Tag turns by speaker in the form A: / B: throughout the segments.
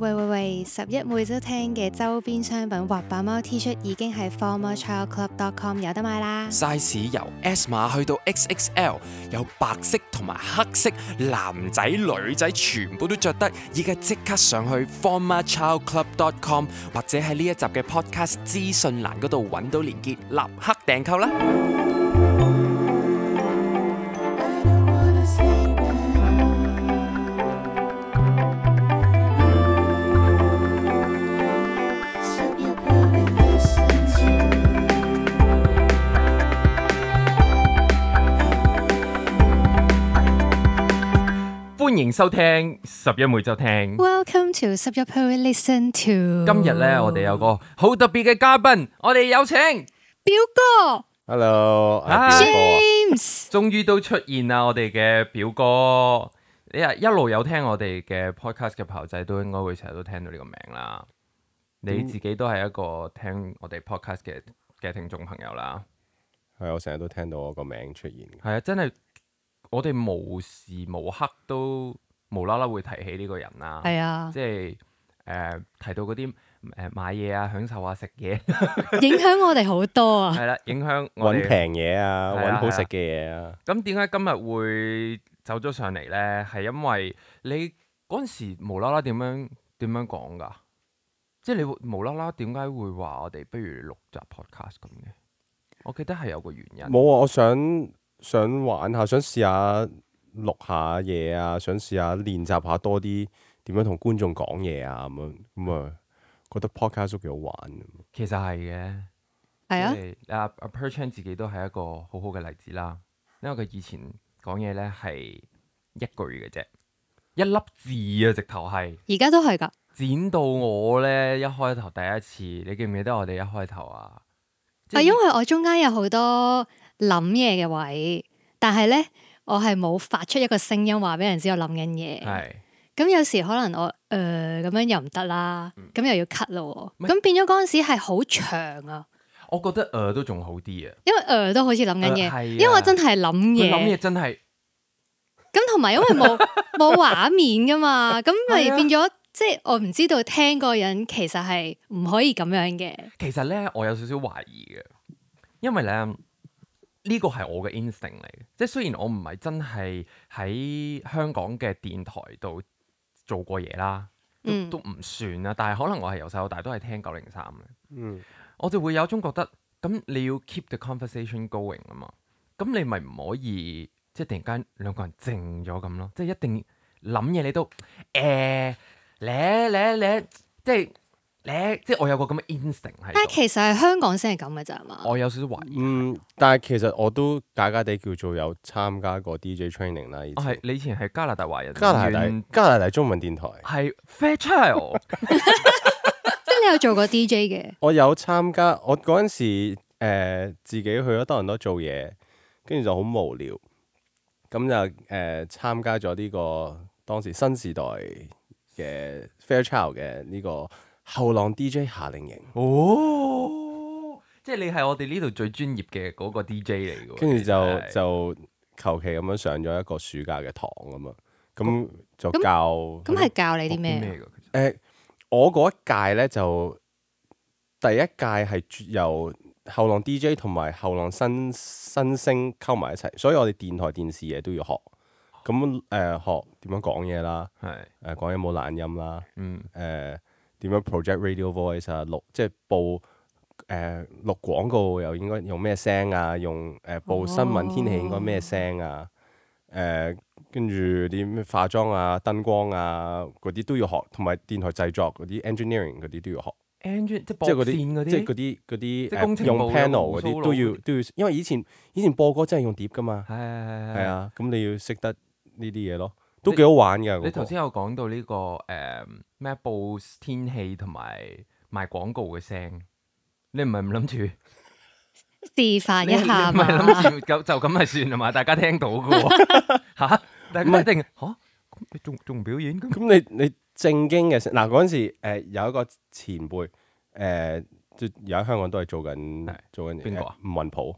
A: 喂喂喂！十一每周聽嘅周邊商品滑板貓 T 恤已經喺 formerchildclub.com 有得買啦。
B: size 由 S 碼去到 XXL，有白色同埋黑色，男仔女仔全部都着得。而家即刻上去 formerchildclub.com 或者喺呢一集嘅 podcast 資訊欄嗰度揾到連結，立刻訂購啦！
C: 歡迎收聽十一每周聽。
A: Welcome to 十一 per listen to。
C: 今日咧，我哋有個好特別嘅嘉賓，我哋有請，
A: 表哥
D: Hello，
C: 啊
D: 阿表哥
A: James，
C: 終於都出現啦！我哋嘅表哥，你啊一路有聽我哋嘅 podcast 嘅朋友仔，都應該會成日都聽到呢個名啦。你自己都係一個聽我哋 podcast 嘅嘅聽眾朋友啦。
D: 係我成日都聽到我個名出現嘅，
C: 係啊，真係我哋無時無刻都無啦啦會提起呢個人啦。
A: 係啊，
C: 即係誒、呃提到嗰啲誒買嘢啊、享受啊、食嘢
A: 影響我哋好多啊。
C: 係啦，影響我
D: 揾
C: 哋。
D: 平嘢啊，
C: 係啊
D: 揾好食嘅嘢啊，
C: 咁點解今日會走咗上嚟呢？係因為你嗰陣時無啦啦點樣點樣講㗎？即係你會無啦啦點解會話我哋不如錄集 podcast 咁嘅？我記得係有個原因。
D: 冇啊，我想想玩下，想試下錄下嘢啊，想試下練習下多啲點樣同觀眾講嘢啊，咁樣咁啊，覺得 podcast 都幾好玩嘅。
C: 其實係嘅。
A: 係啊，
C: 即係阿阿 Perchan 自己都係一個好好嘅例子啦，因為佢以前講嘢咧係一句嘅啫，一粒字啊，直頭係
A: 而家都係㗎。
C: 剪到我咧一開頭第一次，你記唔記得我哋一開頭啊？即
A: 啊，
C: 係
A: 因為我中間有好多諗嘢嘅位，但係咧我係冇發出一個聲音話俾人知我諗緊嘢。
C: 係
A: 咁有時可能我誒咁樣又唔得啦，
C: 嗯
A: 咁又要 cut 咯
C: 唔
A: 喎，
C: 係
A: 咁變咗嗰陣時係好長啊，
C: 我覺得誒、呃都仲好啲啊，
A: 因為誒、呃都好似諗緊
C: 呃係啊
A: 嘢，因為我真係諗
C: 佢諗嘢
A: 嗯嘢，
C: 真係
A: 咁同埋因為 冇冇畫面噶嘛，咁咪
C: 係啊
A: 變咗即係我唔知道聽嗰個人其實係唔可以咁樣嘅，
C: 其實咧我有少少懷疑嘅，因為咧。呢個係我嘅 instinct 嚟嘅，即係雖然我唔係真係喺香港嘅電台度做過嘢啦，都
A: 嗯
C: 都唔算啦。但係可能我係由細到大都係聽九零三嘅，
D: 嗯，
C: 我就會有一種覺得，咁你要 keep the conversation going 啊嘛，咁你咪唔可以即係突然間兩個人靜咗咁咯，即係一定諗嘢你都誒咧咧咧，即係咧，即係我有個咁嘅 instinct 喺
A: 但係
C: 度，
A: 其實係香港先係咁嘅咋嘛，
C: 我有少少懷疑。
D: 嗯，但係其實我都假假地叫做有參加過 DJ training 啦，以
C: 我哦係
D: 前
C: 你以前係加拿大華人，
D: 加拿大
C: 原
D: 加拿大中文電台。
C: 係 Fairchild，
A: 即係你有做過 DJ 嘅，
D: 我有參加，我嗰陣時、呃、自己去咗多倫多做嘢，跟住就好無聊，咁就誒、呃、參加咗呢、個當時新時代嘅 Fairchild 嘅呢個後浪 DJ 夏令營，
C: 哦，即係你係我哋呢度最專業嘅嗰個 DJ 嚟嘅喎，
D: 跟住就
C: 係
D: 就求其咁樣上咗一個暑假嘅堂咁啊，咁就
A: 咁
D: 教
A: 咁係教你啲咩啊？
C: 咩㗎其實
D: 誒、呃我嗰一屆咧就第一屆係絕由後浪 DJ 同埋後浪新新星溝埋一齊，所以我哋電台電視嘢都要學。咁誒、學點樣講嘢啦，
C: 係
D: 誒、講嘢冇懶音啦，
C: 嗯。
D: 誒、呃點樣 project radio voice 啊，錄即係報誒、呃錄廣告又應該用咩聲啊，用誒、
C: 哦
D: 報新聞天氣應該咩聲啊，誒、跟住啲咩化妝啊、燈光啊嗰啲都要學，同埋電台製作嗰啲 engineering 嗰啲都要學，
C: engine 即係
D: 即
C: 駁
D: 係嗰
C: 線嗰啲，
D: 啲即係嗰啲嗰
C: 即係工
D: 啲誒
C: 程
D: 用
C: 部有
D: panel
C: 冇
D: 嗰啲
C: solo
D: 都要
C: 嗰
D: 都要，因為以前以前播歌真係用碟噶嘛，
C: 係係
D: 係
C: 係啊！
D: 啊，咁你要識得呢啲嘢咯，都
C: 你
D: 幾好玩㗎。
C: 你
D: 嗰個
C: 頭先有講到呢個誒咩報天氣同埋賣廣告嘅聲，你唔係唔諗住
A: 示範
C: 你你
A: 一下
C: 唔係諗
A: 嘛，
C: 住就就咁係算啦嘛？大家聽 到嘅喎嚇，大家一定嚇咁你仲仲表演咁？
D: 咁你你正經嘅嗱嗰陣時、呃，有一個前輩誒，即係而家香港都係做緊
C: 係
D: 做緊
C: 邊個啊
D: 呃吳雲普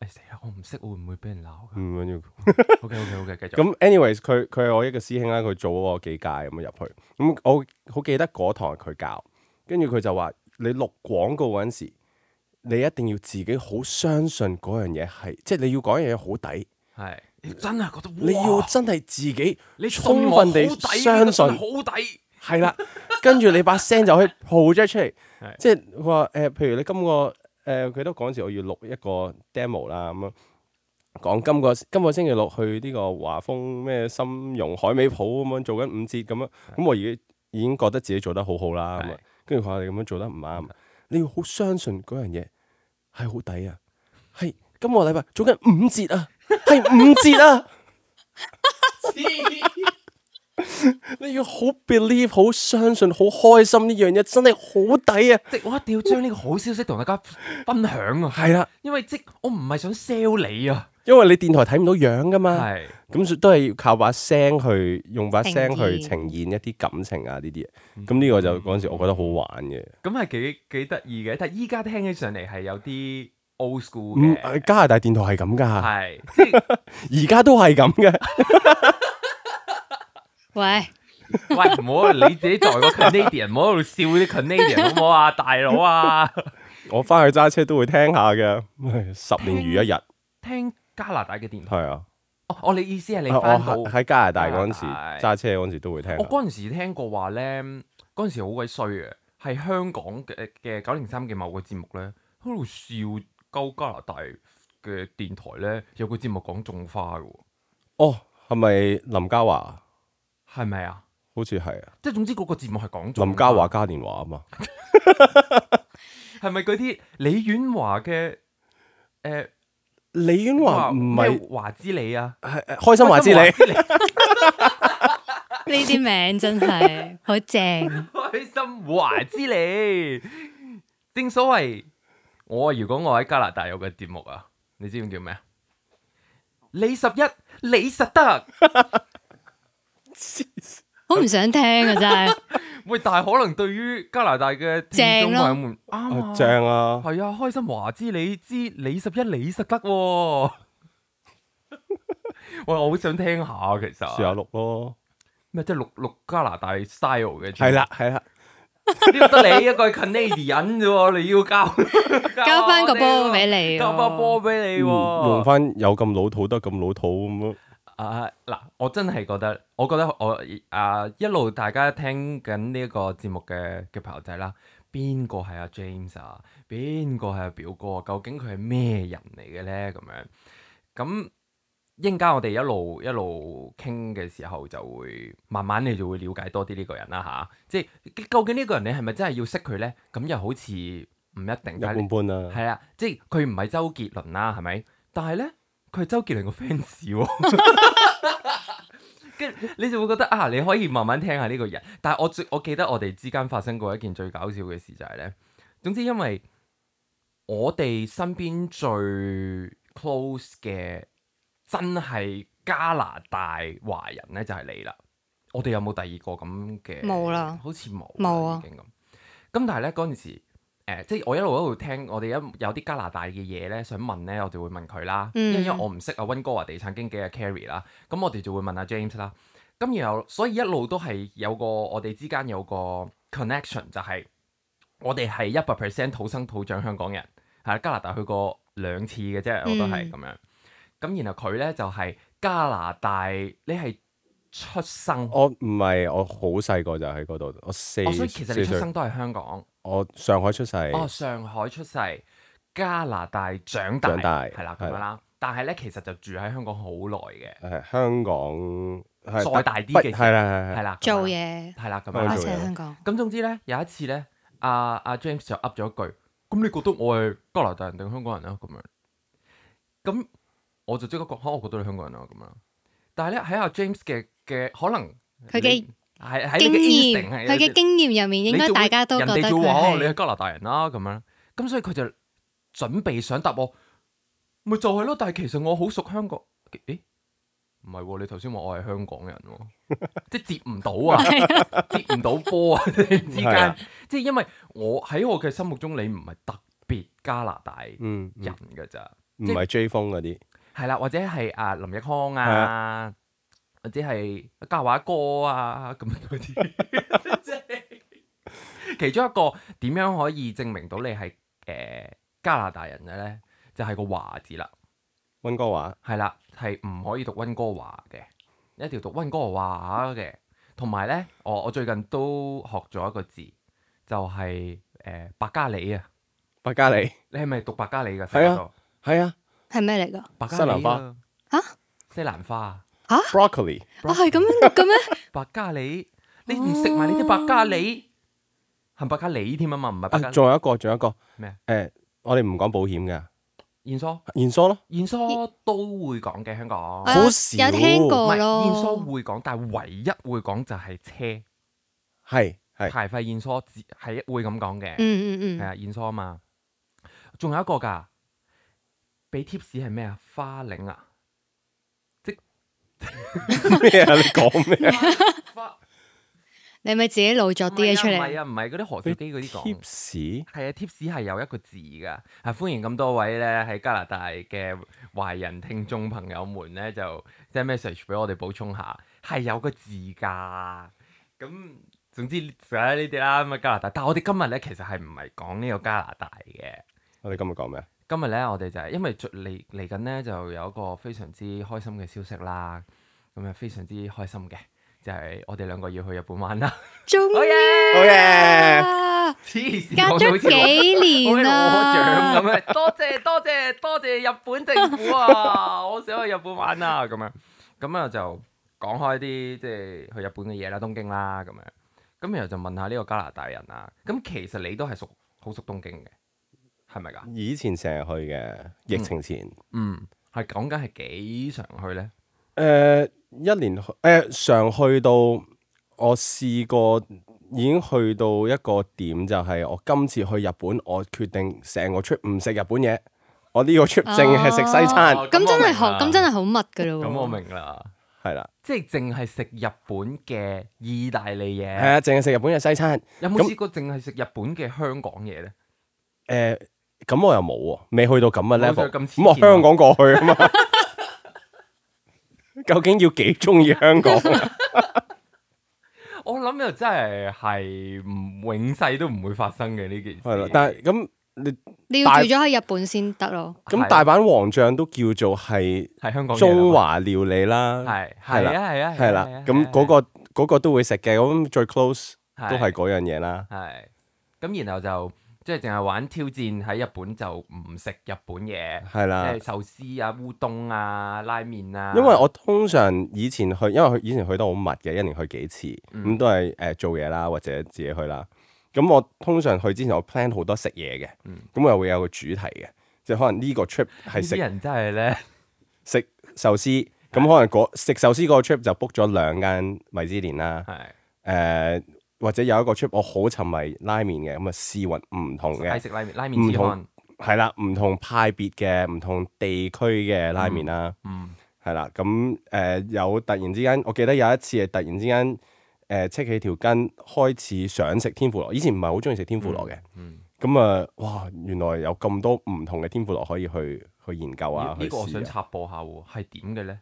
C: 哎死啦！我唔識，我會唔會俾人鬧㗎
D: 唔緊要。
C: ？OK OK OK，繼續。
D: 咁 anyways，佢佢係我一個師兄啦，佢早我幾屆咁入去，咁我好記得嗰堂係佢教，跟住佢就話你錄廣告嗰陣時，你一定要自己好相信嗰樣嘢係，即係你要講樣嘢好抵，
C: 係你真係覺得
D: 你要
C: 哇
D: 真係自己
C: 你信
D: 充
C: 我
D: 分地
C: 好抵呢個
D: 相
C: 真係
D: 信，
C: 好抵。
D: 係啦，跟住你把聲就可以 project 出嚟
C: 係，
D: 即係佢話誒，譬如你今個誒佢都講時我要錄一個 demo 啦咁樣。講今個今個星期六去呢個華豐咩深融海味鋪咁樣做緊五折咁樣，咁我已經已經覺得自己做得好好啦咁啊
C: 係，嗯
D: 跟住佢話你咁樣做得唔啱，啊你要好相信嗰樣嘢係好抵啊，係今個禮拜做緊五折啊，係五折啊， 你要好 believe 好相信好開心呢樣嘢真係好抵啊，
C: 即係我一定要將呢個好消息同大家分享啊！
D: 係啦，
C: 因為即我唔係想 sell 你啊，
D: 因為你電台睇唔到樣噶嘛。
C: 係
D: 咁所以都係要靠把聲去用把
A: 呈
D: 聲去
A: 現
D: 呈現一啲感情啊呢啲嘢，咁呢個就嗰陣時我覺得好玩嘅。
C: 咁係幾幾得意嘅，但係依家聽起上嚟係有啲 old school
D: 嗯，誒
C: 嘅，
D: 加拿大電台係咁噶，
C: 係即 係
D: 而家都係咁嘅。
A: 喂，
C: 喂唔好啊你自己作為個 Canadian，唔好喺度笑啲 Canadian 好唔好啊，大佬啊！
D: 我翻去揸車都會聽下嘅，十年如一日，
C: 聽加拿大嘅電台，
D: 係啊。
C: 哦，我你意思係你
D: 我
C: 翻到
D: 喺喺加拿大嗰陣時
C: 加拿
D: 揸車嗰陣時都會聽。
C: 我嗰陣時聽過話咧，嗰陣時好鬼衰嘅，係香港嘅嘅九零三嘅某個節目咧，喺度笑鳩加拿大嘅電台咧，有個節目講種花嘅喎，
D: 哦，係咪林嘉華？
C: 係咪啊？
D: 好似係啊，
C: 即係總之嗰個節目係講種花
D: 林嘉華嘉年華啊嘛。
C: 係咪嗰啲李婉華嘅誒
D: 李婉華唔係
C: 咩華之理啊？
D: 係係開心 華之你，
C: 開心華之
A: 呢啲名真係好正，
C: 理，開心華之理。正所謂我如果我喺加拿大有個節目啊，你知唔知叫咩啊？李十一，李實德。
A: 好唔想聽啊！真係，
C: 喂，但係可能對於加拿大嘅聽
A: 正
C: 眾
A: 咯
C: 朋友們，啱啊，
D: 啊 正啊！
C: 係啊，開心華之你知李十一李實得喎。 喂，我好想聽下其
D: 試下
C: 實，
D: 錄咯，
C: 咩即係錄錄加拿大 style 嘅，
D: 係啦，係啦，
C: 呢個得你一個 Canadian 啫喎，你要交
A: 交翻個
C: 我哋喎
A: 波俾你喎
C: 交翻波俾你
D: 嗯
C: 喎，
D: 用翻有咁老土得咁老土咁樣。
C: 啊嗱，我真係覺得，我覺得我啊一路大家聽緊呢一個節目嘅嘅朋友仔啦，邊個係阿 James 啊？邊個係阿表哥啊？究竟佢係咩人嚟嘅咧？咁樣咁應家我哋一路一路傾嘅時候，就會慢慢你就會了解多啲呢個人啦吓、即係究竟呢個人你係咪真係要識佢咧？咁又好似唔一定，
D: 一
C: 嗯但係
D: 般般啦，
C: 係啦，啊即係佢唔係周杰倫啦，係咪？但係咧，佢係周杰倫個 fans 喎。 跟住你就會覺得啊，你可以慢慢聽下呢個人。但係我最我記得我哋之間發生過一件最搞笑嘅事就係、咧，總之因為我哋身邊最 close 嘅真係加拿大華人咧，就係、你啦。我哋有冇第二個咁嘅？
A: 冇啦
C: 好似冇啦
A: 冇啊
C: 已經咁。咁但係咧嗰陣時。誒、即係我一路一路聽，我哋一有啲加拿大嘅嘢咧，想問咧，我哋會問佢啦，因為
A: 嗯
C: 因為我唔識啊温哥華地產經紀嘅 Carrie 啦，咁我哋就會問阿 James 啦，咁然後所以一路都係有個我哋之間有個 connection，就係我哋係一百 percent 土生土長香港人，係加拿大去過兩次嘅啫，我都係
A: 嗯
C: 咁樣。咁然後佢咧就係、加拿大，你係出生，
D: 我唔係，我好細個就喺嗰度，我四
C: 哦，所以其實
D: 四
C: 你出
D: 歲
C: 生都係香港。
D: 我上海出世，
C: 哦，上海出世，加拿大長大，
D: 長大
C: 係啦
D: 係
C: 咁
D: 啦
C: 樣啦。但係咧，其實就住喺香港好耐嘅，
D: 係香港係
C: 再
D: 北
C: 大啲
D: 北
C: 嘅時候
D: 係啦係
C: 係
D: 啦
C: 啦咁樣
A: 做，嘢，
C: 係啦咁
D: 我
A: 我
C: 樣
D: 哦
A: 一
D: 做
A: 齊
C: 啦。
D: 嘢
A: 喺香港，
C: 咁總之咧，有一次咧，阿、阿、James 就噏咗一句：咁你覺得我係加拿大人定香港人啊？咁樣，咁我就即刻講：嚇，我覺得你香港人啊！咁樣。但係咧喺阿 James 嘅嘅可能
A: 佢嘅
C: 你係喺
A: 經
C: 呢個 instinct
A: 驗，佢
C: 係有
A: 嘅
C: 啲
A: 經驗入面應該
C: 你就會
A: 大家都覺得
C: 人哋就會話哦你
A: 佢
C: 係
A: 係
C: 加拿大人啦咁樣，咁所以佢就準備想答我，咪就係咯。但係其實我好熟香港，誒唔係喎，你頭先話我係香港人 喎，即係接唔到啊，接唔到波啊，突然之
D: 係
C: 間
D: 啊，
C: 即係因為我喺我嘅心目中你唔係特別加拿大人
D: 嗯嗯
C: 㗎咋，
D: 唔係 J 風嗰啲，
C: 係啦，或者係啊林奕匡
D: 係
C: 啊，或者係嘉華哥啊咁嗰啲，即係其中一個點樣可以證明到你係誒、呃加拿大人嘅咧，就係、個華字啦，
D: 温哥華
C: 係啦，係唔可以讀温哥華嘅，一定要讀温哥華嘅。同埋咧，我我最近都學咗一個字，就係、呃百加里啊！
D: 百加利，
C: 你係咪讀百加里㗎？
D: 係啊
C: 細個，
D: 係啊
A: 係咩嚟㗎？
C: 百加里
D: 西蘭花
C: 啊
A: 嚇
C: 西蘭花啊！
D: ，broccoli
A: 啊，係咁樣讀嘅 咩？
C: 白加里，你
A: 哦
C: 唔食埋你啲白加里，係白加里添啊嘛，唔係白
D: 啊，
C: 加里
D: 仲有一個，仲有一個
C: 咩啊？
D: 誒，我哋唔講保險㗎，
C: 燕梳，
D: 現疏咯，
C: 燕梳都會講嘅香港，
A: 我
D: 好
A: 有
D: 少
A: 有聽
C: 唔
A: 過
C: 係燕梳
A: 啊咯。
C: 會講，但係唯一會講就係車
D: 係 係
C: 牌費燕梳只係會咁講嘅，
A: 嗯嗯
C: 係
A: 嗯，
C: 啊燕梳啊嘛，仲有一個㗎，俾 tips 係咩啊？花 領啊，
D: 咩啊？你講咩啊
C: 花
A: 你咪自己老作啲嘢出
C: 唔係
A: 嚟。
C: 啊，唔係嗰啲何小基嗰啲講。
D: ？tips
C: 係啊，tips 係有一個字㗎。啊，歡迎咁多位咧喺加拿大嘅華人聽眾朋友們咧，就即係 message 俾我哋補充下，係有個字㗎。咁總之就係呢啲啦，咁啊加拿大。但係我哋今日咧其實係唔係講呢個加拿大嘅？
D: 我哋今日講咩啊？
C: 今日咧，我哋就係因為最嚟嚟緊咧，就有一個非常之開心嘅消息啦。咁啊，非常之開心嘅就係、我哋兩個要去日本玩啦。
A: 終於
D: 好嘢！
A: 啊，
C: 黐線，
A: 隔
C: 講到好
A: 咗
C: 似我
A: 幾
C: 好似
A: 年
C: 攞獎
A: 啦，
C: 咁樣， 多謝多謝多謝日本政府啊！ 我想去日本玩啊，咁樣咁啊就講開啲即係去日本嘅嘢啦，東京啦咁樣，咁然後就問下呢個加拿大人啦。咁其實你都係熟好熟東京嘅，係咪㗎？
D: 以前成日去嘅，疫情前，
C: 嗯，係講緊係幾常去咧？
D: 誒呃一年去誒常去到，我試過已經去到一個點，就係我今次去日本，我決定成個 trip 唔食日本嘢，我呢個 trip 淨係食西餐，
C: 哦
A: 咁真係學，
C: 咁我明啦
A: 咁真係好密㗎咯喎。
C: 咁我明啦，
D: 係啦，
C: 即係淨係食日本嘅意大利
D: 係
C: 嘢，
D: 啊，淨係食日本嘅西餐。
C: 有冇
D: 咁
C: 試過淨係食日本嘅香港嘢咧？
D: 誒，咁我又冇喎，未去到咁嘅
C: 冇去到
D: level。
C: 咁
D: 咁我
C: 黐線
D: 香港過去啊嘛， 究竟要幾中意香 港啊？
C: 我諗又真係係唔永世都唔會發生嘅呢件事。
D: 係啦，但係咁你
A: 你要
D: 大
A: 住咗喺日本先得咯。
D: 咁大阪王將都叫做係
C: 係香港啊
D: 中華料理啦，
C: 係
D: 係
C: 係
D: 啦
C: 啊係啊
D: 係啦，咁嗰個嗰個都會食嘅，咁最 close
C: 係啊
D: 都係嗰樣嘢啦。
C: 係咁，然後就即係淨係玩挑戰喺日本就唔食日本嘢，
D: 係
C: 即
D: 啦
C: 係，壽司啊、烏冬啊、拉麵啊。
D: 因為我通常以前去，因為佢以前去得好密嘅，一年去幾次，咁
C: 嗯
D: 都係誒做嘢啦，或者自己去啦。咁我通常去之前，我 plan 好多食嘢嘅
C: 嗯，
D: 咁我又會有個主題嘅，即係可能呢個 trip 係
C: 呢啲
D: 食
C: 人真係咧，
D: 食壽司，咁可能嗰食壽司嗰個 trip 就 book 咗兩間米芝蓮啦。
C: 係
D: 誒、或者有一個 trip 我好沉迷拉麵嘅，咁啊試勻唔同
C: 係
D: 嘅，
C: 食拉麵，拉麵之
D: 唔
C: 漢。
D: 係啦，唔同派別嘅、唔同地區嘅拉麵啦，
C: 嗯，
D: 係啦，咁誒、有突然之間，我記得有一次係突然之間誒、呃戚起條筋，開始想食天婦羅，以前唔係好中意食天婦羅嘅，
C: 嗯
D: 咁啊、哇，原來有咁多唔同嘅天婦羅可以去去研究啊
C: 呢，
D: 去
C: 呢個我想
D: 試啊，
C: 插播下喎，係點嘅咧？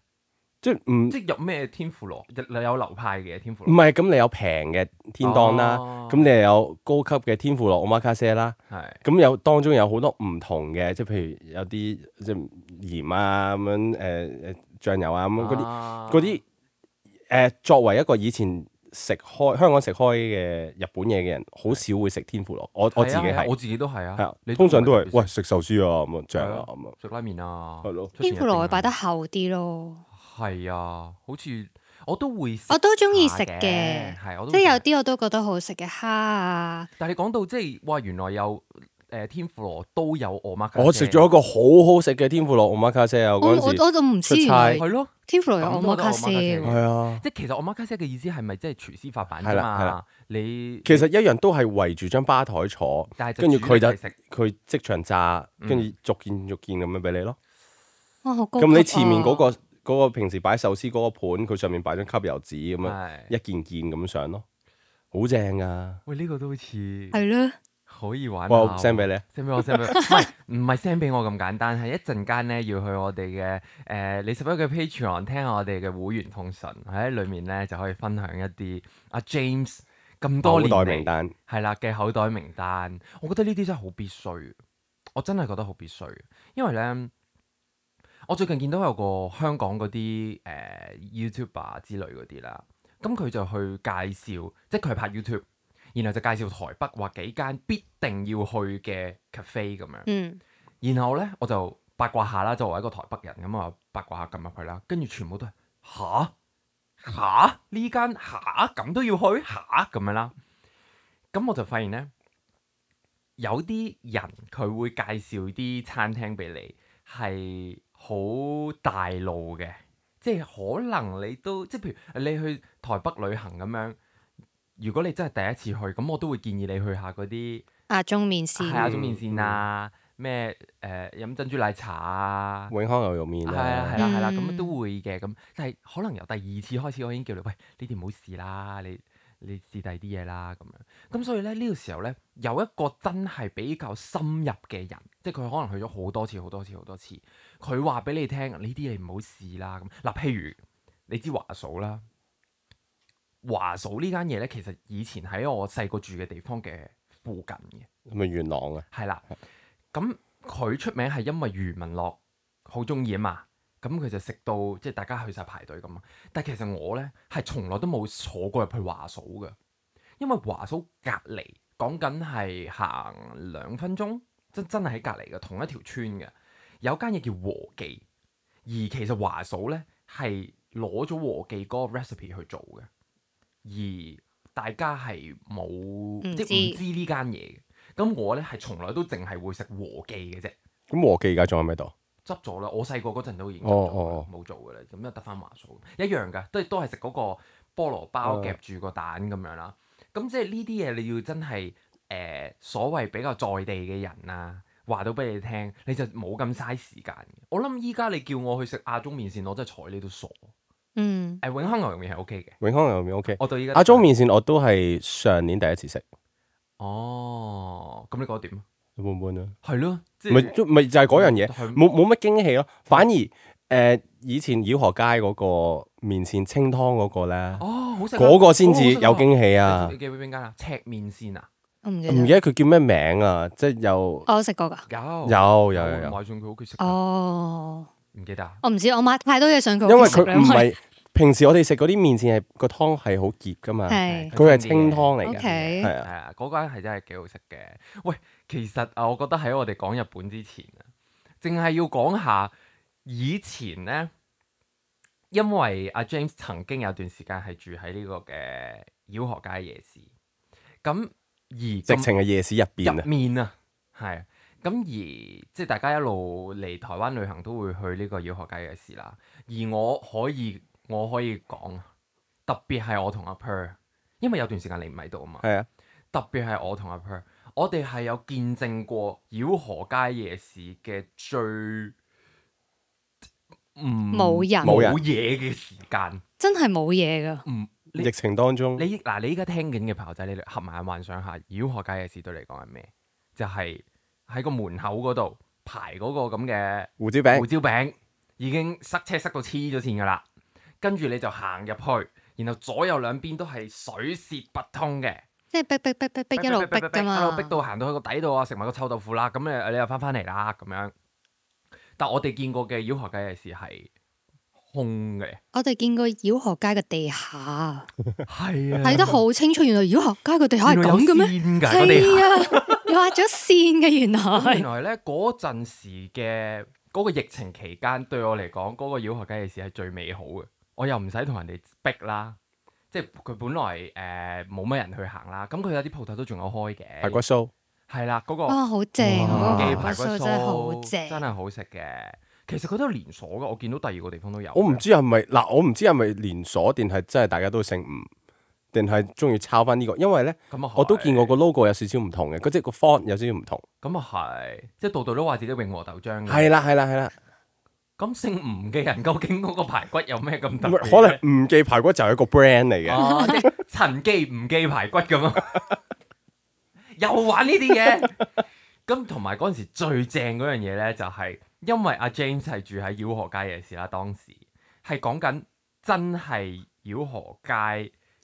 D: 即係唔
C: 即係有咩天婦羅，有有流派嘅天婦
D: 唔
C: 羅，
D: 係咁，你有平嘅天當啦，
C: 哦
D: 咁、你又有高級嘅天婦羅 omakase 啦。
C: 係
D: 咁有當中有好多唔同嘅，即係譬如有啲即係鹽啊咁樣，誒、誒醬油啊咁樣嗰啲
C: 啲
D: 嗰啲誒，作為一個以前食開香港食開嘅日本嘢嘅人，好少會食天婦羅。我我自己
C: 係啊係啊我
D: 係
C: 自己都係
D: 係啊
C: 啊，，
D: 通常都係
C: 係
D: 喂食壽司啊咁啊醬
C: 係
D: 啊
C: 啊
D: 咁啊，
C: 食拉麵啊，
D: 係咯
C: 出
A: 天
C: 前一
A: 婦羅
C: 丁
A: 會
C: 啊
A: 擺得厚啲咯，
C: 係啊，好似我都會食
A: 我都中意食
C: 下
A: 嘅，
C: 係我都
A: 即
C: 會
A: 係
C: 食
A: 有。啲我都覺得好食嘅蝦啊，
C: 但係你講到即係哇，原來有誒天婦羅都有我媽
D: 我食咗一個好好食嘅天婦羅 omakase 啊，
A: 我
D: 我
A: 我
D: 嗰陣時
A: 我都唔知
D: 出
A: 原
D: 差
A: 來
C: 係咯，
A: 天婦羅有
C: 咁
A: 我
C: 都
A: 摩
C: 得
A: 卡
C: omakase
A: 先，
D: 係啊，
C: 即係其實我媽家姐嘅意思係咪即係廚師發辦
D: 係
C: 啫
D: 啦係啦
C: 嘛？你
D: 其實一樣都係圍住張吧台坐，
C: 但係
D: 跟住佢就
C: 煮嚟食
D: 佢即場炸，
C: 嗯
D: 跟住逐件逐件咁樣俾你咯。
A: 哇好高級啊
D: 咁你前
C: 哦
D: 面嗰、個嗰、個平時擺壽司嗰個盤，佢上面擺張吸油紙咁樣，
C: 係
D: 一件件咁上咯，好正噶。啊
C: 喂呢個都好似
A: 係咯，
C: 可以玩下
D: 我
C: 喎
D: send 俾你，
C: send 俾我 send 俾我，唔係唔係 send 俾我咁簡單，係一陣間咧要去我哋嘅誒李十一嘅 Patreon 聽下我哋嘅會員通訊，喺裏面咧就可以分享一啲阿 James 咁多
D: 口
C: 年
D: 袋名
C: 嚟
D: 單
C: 係啦嘅口袋名單，我覺得呢啲真係好必須，我真係覺得好必須，因為咧。我最近見到有個香港嗰啲誒 YouTuber 之類嗰啲啦，咁佢就去介紹，即係佢係拍 YouTube，然後就介紹台北話幾間必定要去嘅 cafe 咁樣。
A: 嗯，
C: 然後咧我就八卦下啦，作為一個台北人咁啊，八卦下撳入去啦，跟住全部都係吓吓呢間吓咁都要去吓咁樣啦。咁我就發現咧，有啲人佢會介紹啲餐廳俾你係好大路嘅，即係可能你都即係譬如你去台北旅行咁樣。如果你真係第一次去，咁我都會建議你去下嗰啲
A: 阿中面
C: 係
A: 試
C: 啊，中面線啊，咩誒飲珍珠奶茶啊，
D: 永康牛肉面
C: 係啦
D: 啊
C: 係，啦係啦，
A: 嗯
C: 咁都會嘅咁，但係可能由第二次開始，我已經叫你喂呢啲唔好試啦，你你試第二啲嘢啦咁樣。咁所以咧呢個時候咧，有一個真係比較深入嘅人，即係佢可能去咗好多次、好多次、好多次，佢話俾你聽呢啲你唔好試啦咁。嗱，譬如你知華嫂啦。華嫂呢間嘢咧，其實以前喺我細個住嘅地方嘅附近嘅，
D: 咁咪元朗啊，
C: 係啦，咁佢出名係因為余文樂好中意啊嘛，咁佢就食到即係大家去晒排隊咁啊。但係其實我咧係從來都冇坐過入去華嫂嘅，因為華嫂隔離講緊係行兩分鐘，真真係喺隔離嘅同一條村嘅，有間嘢叫和記，而其實華嫂咧係攞咗和記嗰個 recipe 去做嘅，而大家係冇即係唔
A: 知
C: 知呢間嘢嘅。咁我咧係從來都淨係會食和記嘅啫，
D: 咁和記而家仲喺咪度？
C: 執咗啦。我細個嗰陣都已經執
D: 哦
C: 咗啦
D: 哦
C: 冇做嘅啦，咁就得翻華嫂一樣㗎，都係都係食嗰個菠蘿包
D: 哦
C: 夾住個蛋咁樣啦。咁即係呢啲嘢你要真係誒、呃所謂比較在地嘅人啊，話到俾你聽，你就冇咁嘥時間嘅。我諗依家你叫我去食亞中麵線，我真係睬你都傻。誒、
A: 嗯，
C: 永康牛肉麵係 OK 嘅，
D: 永康牛肉面 OK，
C: 我到依家都
D: 阿中面線我都係上年第一次食，
C: 哦，咁你覺得點啊？
D: 一般般啦，
C: 係咯，即
D: 咪
C: 係
D: 咪就係嗰樣嘢。
C: 係
D: 冇冇乜驚喜咯，反而誒、呃以前繞河街嗰個面線清湯嗰個咧，
C: 哦，好食啊
D: 嗰、個先至
C: 嗰個好
D: 有
C: 食啊
D: 驚喜啊
C: 你！記唔記得邊間啊？赤面線啊，
A: 我唔記
D: 唔記
A: 得，哦
D: 得佢叫咩名啊？即係有
C: 哦
A: 我有食過㗎。
C: 有
D: 有有有有，
C: 買上佢屋企食，
A: 哦，
C: 唔記得啊？
A: 我唔知，我買太多嘢上佢
D: 因
A: 屋
D: 為
A: 企食
D: 佢
A: 啦，
D: 唔係平時我哋食嗰啲面線係個湯係好澀噶 嘛，
A: 係
D: 佢係清湯嚟
A: 因為
D: 嘅，
A: OK，
D: 係
C: 係
D: 啊，
C: 啊，嗰間係真係幾好食嘅。喂，其實啊，我覺得喺我哋講日本之前啊，淨係要講下以前呢，因為阿 James 曾經有段時間係住喺呢個嘅繞河街夜市，咁而
D: 直
C: 咁
D: 情係夜市入邊
C: 入
D: 啊，
C: 面啊，係咁而即係大家一路嚟台灣旅行都會去呢個要學街嘅事啦。而我可以我可以講，啊特別係我同阿 Per，因為有段時間你唔喺度啊嘛。
D: 係啊，
C: 特別係我同阿 Per，我哋係有見證過繞河街夜市嘅最唔
A: 冇人
D: 冇人
C: 冇嘢嘅時間。
A: 真係冇嘢㗎。
C: 唔你
D: 疫情當中
C: 你嗱，你依家聽緊嘅朋友仔，你合埋眼幻想下，繞河街夜市對你嚟講係咩？就係喺個門口嗰度排嗰個咁嘅
D: 胡椒餅
C: 胡椒餅，已經塞車塞到黐咗線㗎啦。跟住你就行入去，然後左右兩邊都係水泄不通嘅，
A: 即係逼逼逼逼逼一路逼㗎
C: 一
A: 嘛，
C: 路逼到行到去個底度啊，食埋個臭豆腐啦，咁你你又翻返嚟啦咁樣。但我哋見過嘅繞河街夜市係空嘅，
A: 我哋見過繞河街嘅地下，
C: 係
D: 嗯
C: 啊
A: 睇得好清楚。原來繞河街個地下係咁嘅咩？
C: 咩
A: 係啊，畫咗線嘅原
C: 咁原
A: 來。
C: 來咧嗰陣時嘅嗰、個疫情期間，對我嚟講，嗰、個繞河街夜市係最美好嘅。我又唔使同人哋逼啦，即係佢本來誒冇乜人去行啦，咁佢有啲鋪頭都仲有開嘅。
D: 排骨酥，
C: 係啦，嗰、個
A: 哇，好正
D: 哇
A: 哦嗰
C: 記
A: 個
C: 排
A: 排骨
C: 骨
A: 酥真係好
C: 酥真
A: 正。
C: 係好食嘅。其實佢都有連鎖嘅，我見到第二個地方都有嘅。
D: 我唔知係咪嗱，我唔知係咪連鎖定係真係大家都姓吳，定係中意抄翻呢個，因為咧。
C: 咁啊係，
D: 我都見過個 logo 有少少唔同嘅，嗰即係個 font 有少少唔同。
C: 咁啊係，即係度度都話自己永和豆漿嘅。
D: 係啊啦係啦係啦，
C: 咁姓吳嘅人究竟嗰個排骨有咩咁特
D: 唔
C: 別
D: 係可
C: 咧
D: 能唔記排啊
C: 哦
D: 骨就係一個 brand 嚟嘅。
C: 哦，即係陳記唔記排骨咁啊。而 又玩呢啲嘢。咁同埋嗰陣時最正嗰樣嘢咧，就係、因為阿 James 係住喺繞河街夜市啦，當時係講緊真係繞河街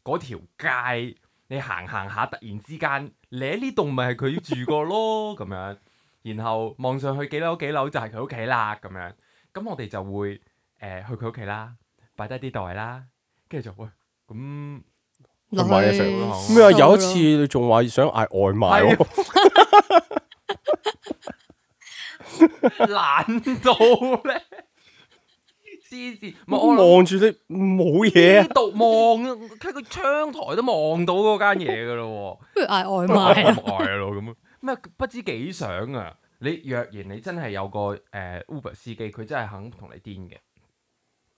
C: 嗰條街，你行行下突然之間，你喺呢棟咪係佢住過咯咁樣，然後望上去幾樓幾樓就係佢屋企啦咁樣。咁我哋就會誒、呃去佢屋企啦，擺低啲袋啦，跟住就喂咁。
A: 落
D: 買嘢
A: 去
C: 咯
D: 食咩啊？
A: 掃
D: 有一
A: 咯
D: 次你仲話想嗌外賣喎，
C: 懶到咧，黐線！唔係我諗
D: 望住你冇嘢
C: 呢
D: 啊，
C: 度望啊，睇佢窗台都望到嗰間嘢噶咯
A: 不如嗌外
C: 喎，
A: 賣啦。
C: 外咯咁啊，咩不知幾想啊！你若然你真係有個誒、呃 Uber 司機，佢真係肯同你癲嘅，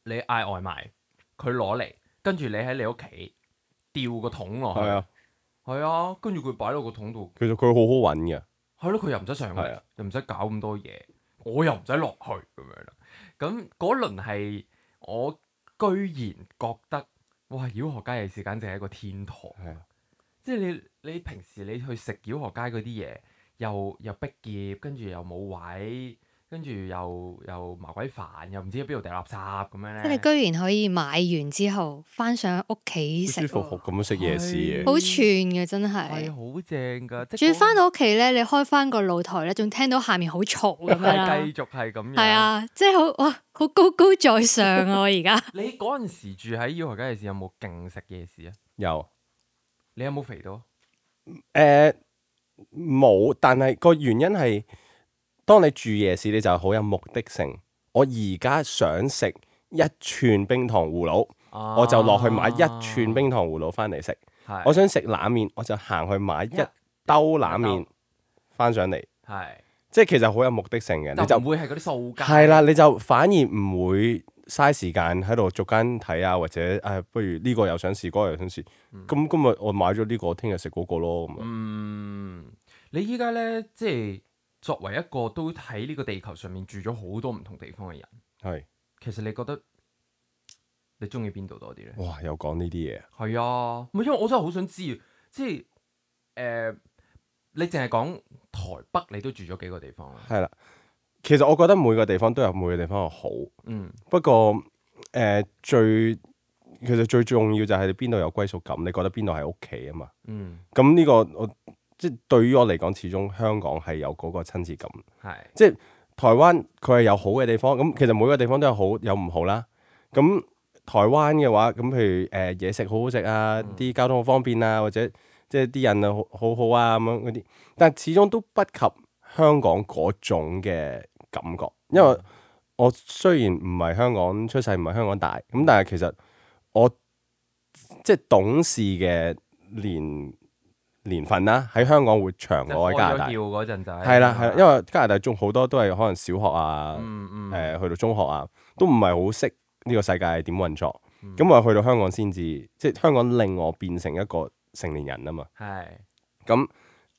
C: 你嗌外賣，佢攞嚟，跟住你喺你屋企掉個桶落去，
D: 係啊，
C: 係啊，跟住佢擺落個桶度，
D: 其實佢好好揾嘅，
C: 係咯，佢又唔使上
D: 係
C: 嚟
D: 啊，
C: 又唔使搞咁多嘢，我又唔使落去咁樣啦。咁嗰輪係我居然覺得，哇！繞河街夜市簡直係一個天堂，
D: 係啊，
C: 即係你你平時你去食繞河街嗰啲嘢，又又逼夾，跟住又冇位，跟住又又麻鬼煩，又唔知喺邊度掉垃圾咁 樣
A: 即係
C: 咧
A: 你。居然可以買完之後翻上屋企
D: 舒
A: 食
D: 舒服
A: 喎，
D: 服咁樣食夜市嘅，
A: 好串嘅真
C: 係啊
A: 係。
C: 好正㗎，即係
A: 仲要
C: 嗰
A: 翻到屋企咧，你開翻個露台咧，仲聽到下面好嘈咁樣啦
C: 係。繼續係咁樣。
A: 係啊，即係好哇，好高高在上啊！我而 家
C: 你嗰陣時住喺繞河街夜市有冇勁食夜市啊？
D: 有。
C: 你有冇肥到啊？
D: 誒冇、但係個原因係，當你住夜市，你就係好有目的性。我而家想食一串冰糖葫蘆，我就落去買一串冰糖葫蘆翻嚟食。
C: 啊係，
D: 我想食冷面，我就行去買一兜冷面翻上嚟。
C: 係
D: 即係其實好有目的性嘅，你
C: 就
D: 就
C: 唔會係嗰啲塑膠。
D: 係啦，你就反而唔會嘥時間喺度逐間睇啊，或者誒、哎不如呢個又想試，嗰、個又想試。咁、今日我買咗呢、個，聽日食嗰個咯。咁啊樣
C: 嗯，你依家咧，即係作為一個都喺呢個地球上面住咗好多唔同地方嘅人，
D: 係
C: 其實你覺得你中意邊度多啲咧？
D: 哇，又講呢啲嘢。
C: 係啊，唔係因為我真係好想知，即係誒、呃你淨係講台北，你都住咗幾個地方啊啦。
D: 係啦，其實我覺得每個地方都有每個地方嘅好，
C: 嗯，
D: 不過誒、呃最其實最重要就係你邊度有歸屬感，你覺得邊度係屋企啊嘛。
C: 嗯，
D: 咁呢個我即係對於我嚟講，始終香港係有嗰個親切感。
C: 係
D: 即係台灣佢係有好嘅地方，咁其實每個地方都有好有唔好啦。咁台灣嘅話，咁譬如誒嘢、食好好食啊，啲、交通好方便啊，或者即係啲人啊好好好啊咁樣嗰啲，但始終都不及香港嗰種嘅感覺，因為我雖然唔係香港出世，唔係香港大，咁但係其實我即係懂事嘅年年份啦，喺香港會長
C: 即係
D: 過喺加拿
C: 開
D: 大
C: 咗。竅嗰陣就係啊
D: 係啦，係啦，因為加拿大仲好多都係可能小學啊，誒、
C: 嗯嗯
D: 去到中學啊，都唔係好識呢個世界係點運作。
C: 嗯
D: 咁我去到香港先至，即係香港令我變成一個成年人啊嘛。
C: 嗯係
D: 咁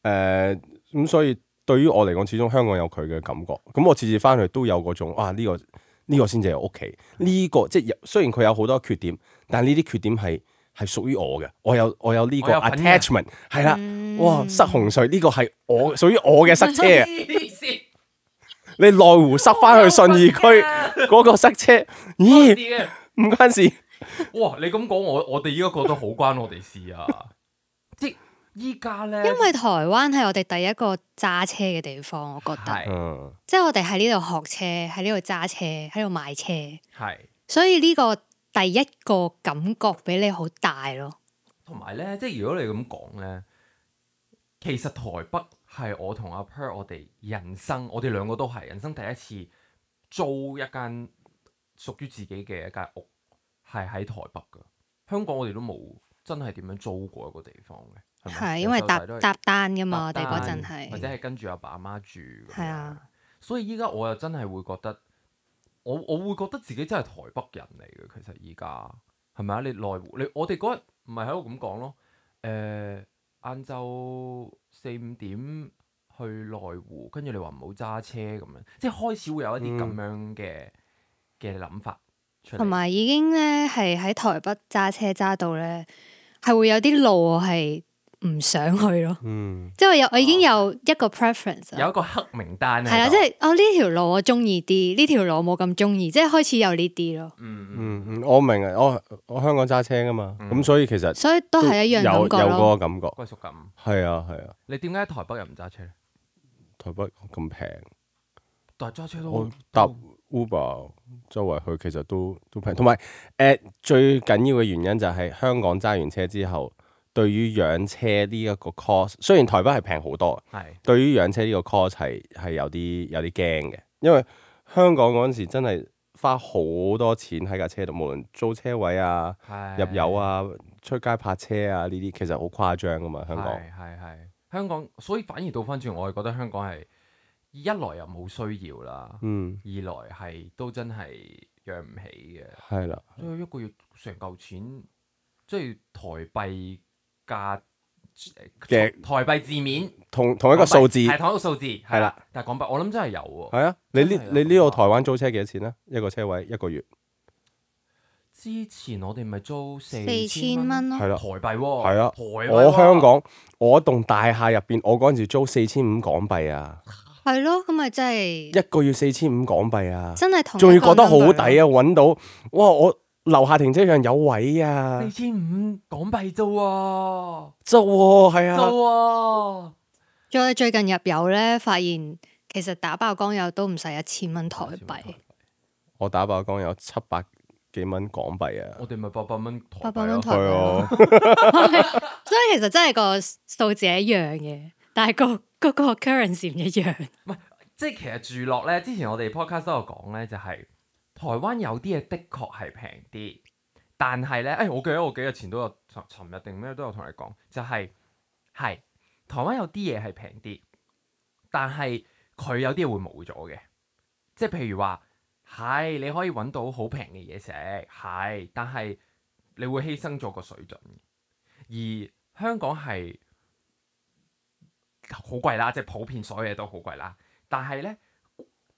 D: 誒咁，所以對於我嚟講，始終香港有佢嘅感覺。咁我次次翻去都有嗰種啊，呢、個呢、個先至係屋企。呢、個即係有雖然佢有好多缺點，但呢啲缺點係係屬於我嘅。我有我有呢個
C: 我有份嘅嗯
D: attachment 係啦。哇！塞紅隧呢個係我屬於我嘅塞車啊！
C: 黐線
D: 你內湖塞翻去信義
C: 啊
D: 區
A: 啊
D: 嗰個 塞車，
C: 黐
D: 咦？
C: 線嘅
D: 唔關事，
C: 哇！你咁講，我我哋依家覺得好關我哋事啊！ 即係依家咧，
A: 因為台灣係我哋第一個揸車嘅地方，我覺得，
C: 係
D: 嗯，
A: 即係我哋喺呢度學車，喺呢度揸車，喺度買車，
C: 係
A: 所以呢個第一個感覺俾你好大咯。
C: 同埋咧，即係如果你咁講咧，其實台北係我同阿 Per 我哋人生，我哋兩個都係人生第一次租一間屬於自己嘅一間屋，係喺台北噶。香港我哋都冇真係點樣租過一個地方嘅，係咪
A: 係因為
C: 由細
A: 搭
C: 到大都係
A: 搭單噶嘛，我
C: 搭
A: 哋嗰
C: 單
A: 陣係
C: 或者係跟住阿爸阿媽住咁樣。
A: 係啊
C: 所以依家我又真係會覺得，我我會覺得自己真係台北人嚟嘅。其實依家係咪啊？你內湖，你我哋嗰日唔係喺度咁講咯。誒、晏晝四五點去內湖，跟住你話唔好揸車咁樣，即係開始會有一啲咁樣嘅嘅諗法出嚟。
A: 嗯同埋已經咧係喺台北揸車揸到咧，係會有啲路我係唔想去咯。
D: 嗯，
A: 即係我有我已經有一個 preference 啦
C: 有一個黑名單
A: 係啦，
C: 喺
A: 即
C: 度
A: 係哦呢條路我中意啲，呢條路我冇咁中意，即係開始有呢啲咯。
C: 嗯
D: 嗯嗯，我明啊，我我香港揸車噶嘛，咁所以其實
A: 所以嗯都係一樣
D: 有有
A: 感覺咯。
D: 嗰個感覺，
C: 歸屬感。
D: 係啊係啊，
C: 嗯你點解喺台北又唔揸車咧？
D: 台北咁平，
C: 但係揸車
D: 我
C: 都
D: 搭
A: 嗯
D: Uber 周圍去其實都都平，同埋誒最緊要嘅原因就係香港揸完車之後，對於養車呢一個 cost，雖然台北係平好多，
C: 係
D: 對於養車呢個 cost 係係有啲有啲驚嘅，因為香港嗰陣時真係花好多錢喺架車度，無論租車位啊、
C: 係
D: 入油啊、出街泊車啊呢啲，其實好誇張噶嘛，香港。
C: 係係係香港，所以反而倒翻轉，我係覺得香港係一來又冇需要啦，
D: 嗯，
C: 二來係都真係養唔起嘅，
D: 係啦，
C: 所以一個月成嚿錢，即係台幣價
D: 嘅
C: 台幣字面
D: 同同一個數字
C: 哦係同一個數字係
D: 啦
C: 啦，但係港幣我諗真係有喎。
D: 係啊！你
C: 真
D: 呢
C: 係有
D: 你呢度台灣租車幾多錢啊？一個車位一個月
C: 之前我哋咪租四
A: 四千
C: 蚊
A: 蚊咯
D: 係，啦
C: 台。幣喎，
D: 係啊
C: 台幣
D: 我
C: 喎
D: 香港我棟大廈入邊，我嗰陣時租四千五港幣啊，
A: 係咯，咁咪真係
D: 一個月四千五港幣啊，
A: 真係同
D: 仲要覺
A: 覺
D: 得好抵啊！揾到哇，我樓下停車場有位啊
C: 四，千五港幣啫喎，
D: 租喎
C: 啫
D: 係啊，
C: 喎，
A: 再最近入油咧，發現其實打爆光油都唔使一千蚊台幣，
D: 我打爆工有七百幾蚊港幣啊，
C: 我哋咪八百蚊台
A: 八
C: 幣咯
A: 百蚊台幣
D: 係
A: 咯。
D: 啊，
A: 所以其實真係個數字係一樣嘅，但係個嗰個 currency 唔一樣。
D: 啊
C: 即係其實住落咧，之前我哋 podcast 都有講咧，就係、台灣有啲嘢的確係平啲，但係咧，誒、我記得我幾日前都有尋尋日定咩都有同你講，就係、係台灣有啲嘢係平啲，但係佢有啲嘢會冇咗嘅，即係譬如話係你可以揾到好平嘅嘢食，係，但係你會犧牲咗個水準嘅，而香港係好貴啦，即係普遍所有嘢都好貴啦。但係咧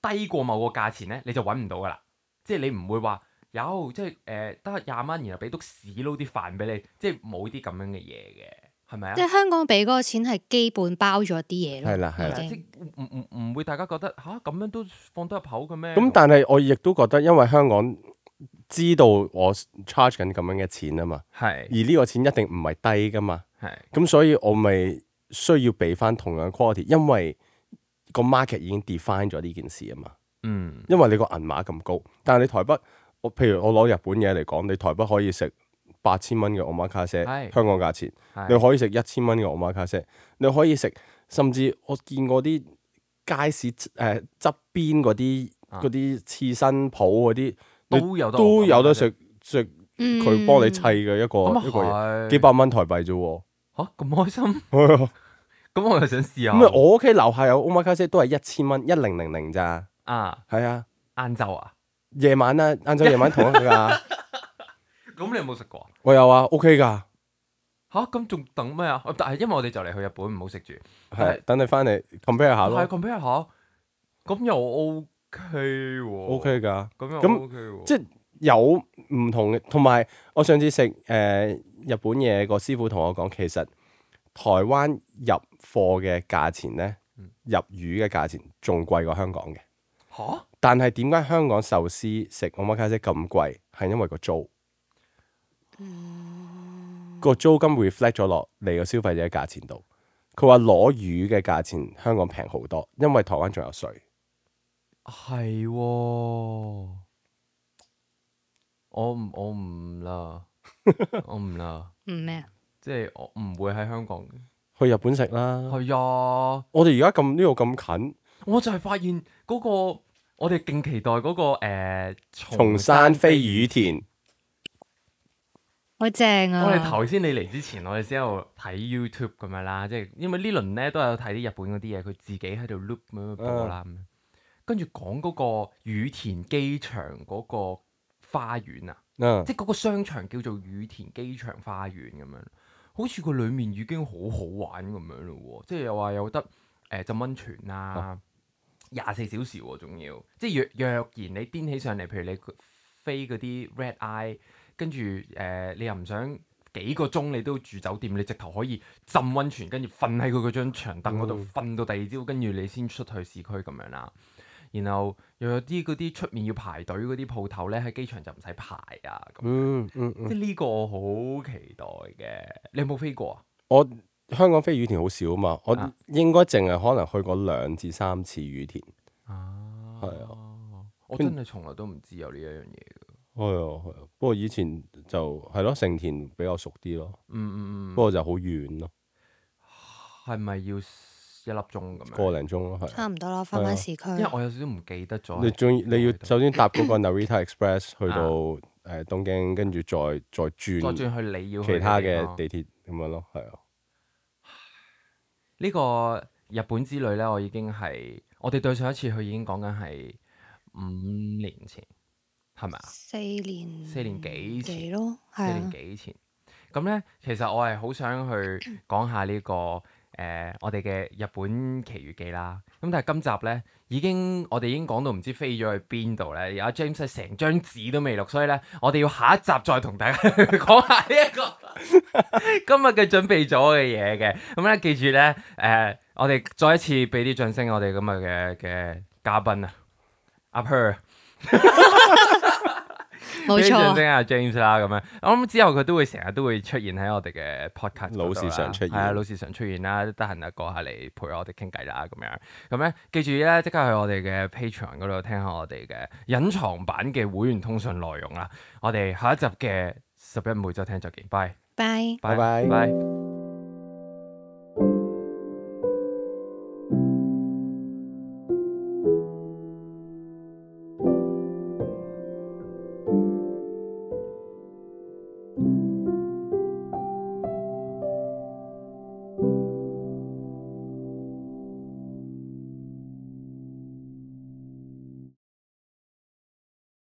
C: 低過某個價錢咧，你就揾唔到噶啦。即係你唔會話有，即係誒得廿蚊，然後俾督屎撈啲飯俾你，即係冇啲咁樣嘅嘢嘅，係咪啊
A: 即？係香港俾嗰個錢係基本包咗啲嘢咯。
D: 係啦係
C: 係
D: 啦
C: 啊。即係唔唔唔唔會大家覺得吓咁、樣都放得入口嘅咩？
D: 咁但係我亦都覺得，因為香港知道我 charge 緊咁樣嘅錢啊嘛，而
C: 係
D: 呢個錢一定唔係低噶嘛，
C: 係
D: 咁所以我咪需要俾翻同樣 quality，因為個 market 已經 define 咗呢件事啊嘛，
C: 嗯
D: 因為你個銀碼咁高，但係你台北，我譬如我攞日本嘢嚟講，你台北可以食八千蚊嘅 omakase，
C: 係
D: 香港價錢。你
C: 係
D: 可以食一千蚊嘅 omakase，你可以食，甚至我見過啲街市誒側邊嗰啲
C: 啊
D: 嗰啲刺身鋪嗰啲，你
C: 都有得
D: 都有得
C: 咁
D: 食食嗯
A: 嗯
D: 哦佢幫你砌嘅一個一個
C: 咁
D: 嘢，
C: 啊係
D: 幾百蚊台幣啫 喎。
C: 嚇咁開心，
D: 係啊
C: 咁我又想試下
D: 咁啊，我屋企樓下有 omakase 都係一千蚊，一零零零咋，
C: 啊
D: 係啊，
C: 晏晝啊，
D: 夜晚啦，晏晝夜晚同一 㗎，
C: 咁你有冇食過啊？
D: 我有啊，OK 㗎，
C: 吓咁仲等咩啊？但係因為我哋就嚟去日本，唔好食住。
D: 係等你翻嚟 compare 下
C: 係
D: 咯
C: compare 下，咁又 OK 喎。
D: ，OK 㗎。
C: 咁又
D: 咁
C: OK 喎。
D: 即係有唔同嘅，同埋我上次食誒、呃日本嘢，個師傅同我講，其實台灣入貨嘅價錢咧，入魚嘅價錢仲貴過香港嘅。
C: 吓
D: 但係點解香港壽司食 omakase 咁貴？係因為個租，個租金 reflect 咗落嚟個消費者嘅價錢度。佢話攞魚嘅價錢香港平好多，因為台灣仲有税。
C: 係喎，我唔我唔啦，我唔啦，
A: 唔咩啊？
C: 即係我唔會喺香港。
D: 去日本食啦，
C: 係啊，
D: 我哋而家咁呢度咁近，
C: 我就係發現嗰個我哋勁期待嗰個誒
D: 松山飛魚田。
A: 好正啊！
C: 我哋頭先你嚟之前，我哋先喺度睇 YouTube 咁樣啦，即係因為呢輪咧都有睇啲日本嗰啲嘢，佢自己喺度 loop 咁樣播
D: 啊
C: 啦，咁樣跟住講嗰個羽田機場嗰個花園啊，
D: 嗯
C: 即係嗰個商場叫做羽田機場花園咁樣，好似佢裡面已經好好玩咁樣咯喎，即係又話有得誒、呃浸温泉啊，廿四、小時喎、仲要即係若若然你癲起上嚟，譬如你飛嗰啲 red eye，跟住誒、呃你又唔想幾個鐘你都住酒店，你直頭可以浸温泉，跟住瞓喺佢嗰張長凳嗰度瞓到第二朝，跟住你先出去市區咁樣啦。然後又有啲嗰啲出面要排隊嗰啲鋪頭咧，喺機場就唔使排啊。咁
D: 嗯嗯嗯，
C: 即係呢個我好期待嘅。你有冇飛過啊？
D: 我香港飛羽田好少啊嘛，我
C: 啊
D: 應該淨係可能去過兩至三次羽田。
C: 啊，
D: 係
C: 啊，我真係從來都唔知有呢一樣嘢嘅。
D: 係啊，係啊，不過以前就係咯，成田比較熟啲咯，
C: 嗯嗯
D: 不
C: 嗯，
D: 過就好遠咯，
C: 係咪要一粒鐘咁樣？
D: 個零鐘咯，係啊。
A: 差唔多啦，翻返市區。
C: 因為我有少少唔記得咗。
D: 你仲你要
C: 去到
D: 首先搭嗰個 Narita Express 去到誒東京，跟住再
C: 再
D: 再
C: 轉
D: 轉
C: 去你要去
D: 其他
C: 地
D: 嘅
C: 方
D: 地鐵咁樣咯，係啊。
C: 呢個日本之旅呢，我已經係我哋對上一次去已經講緊係五年前，係咪啊？
A: 四年
C: 四年幾前
A: 幾咯，
C: 四
A: 係
C: 年
A: 啊，
C: 幾前。咁呢，其實我係好想
A: 嗯
C: 去講下呢、個誒、呃我哋嘅日本奇遇記啦。咁但係今集呢，已經我哋已經講到唔知飛咗去邊度咧。而阿 James 係成張紙都未錄，所以呢，我哋要下一集再同大家 講下呢、一個。今日嘅準備咗嘅嘢嘅，咁咧記住咧，誒、我哋再一次俾啲掌聲，我哋今日嘅嘅嘉賓啊，阿 Per，
A: 冇
C: 俾啲掌
A: 錯。
C: 聲阿 James 啦，咁樣，我諗之後佢都會成日都會出現喺我哋嘅 podcast 嗰度啦
D: 老是常出現
C: 係啊，老是常出現啦，得閒啊過下嚟陪我哋傾偈啦，咁樣，咁咧記住咧，即刻去我哋嘅 Patreon 嗰度聽下我哋嘅隱藏版嘅會員通訊內容啦，我哋下一集嘅十一每週聽再見，拜
A: 拜。
D: 拜拜
C: 拜。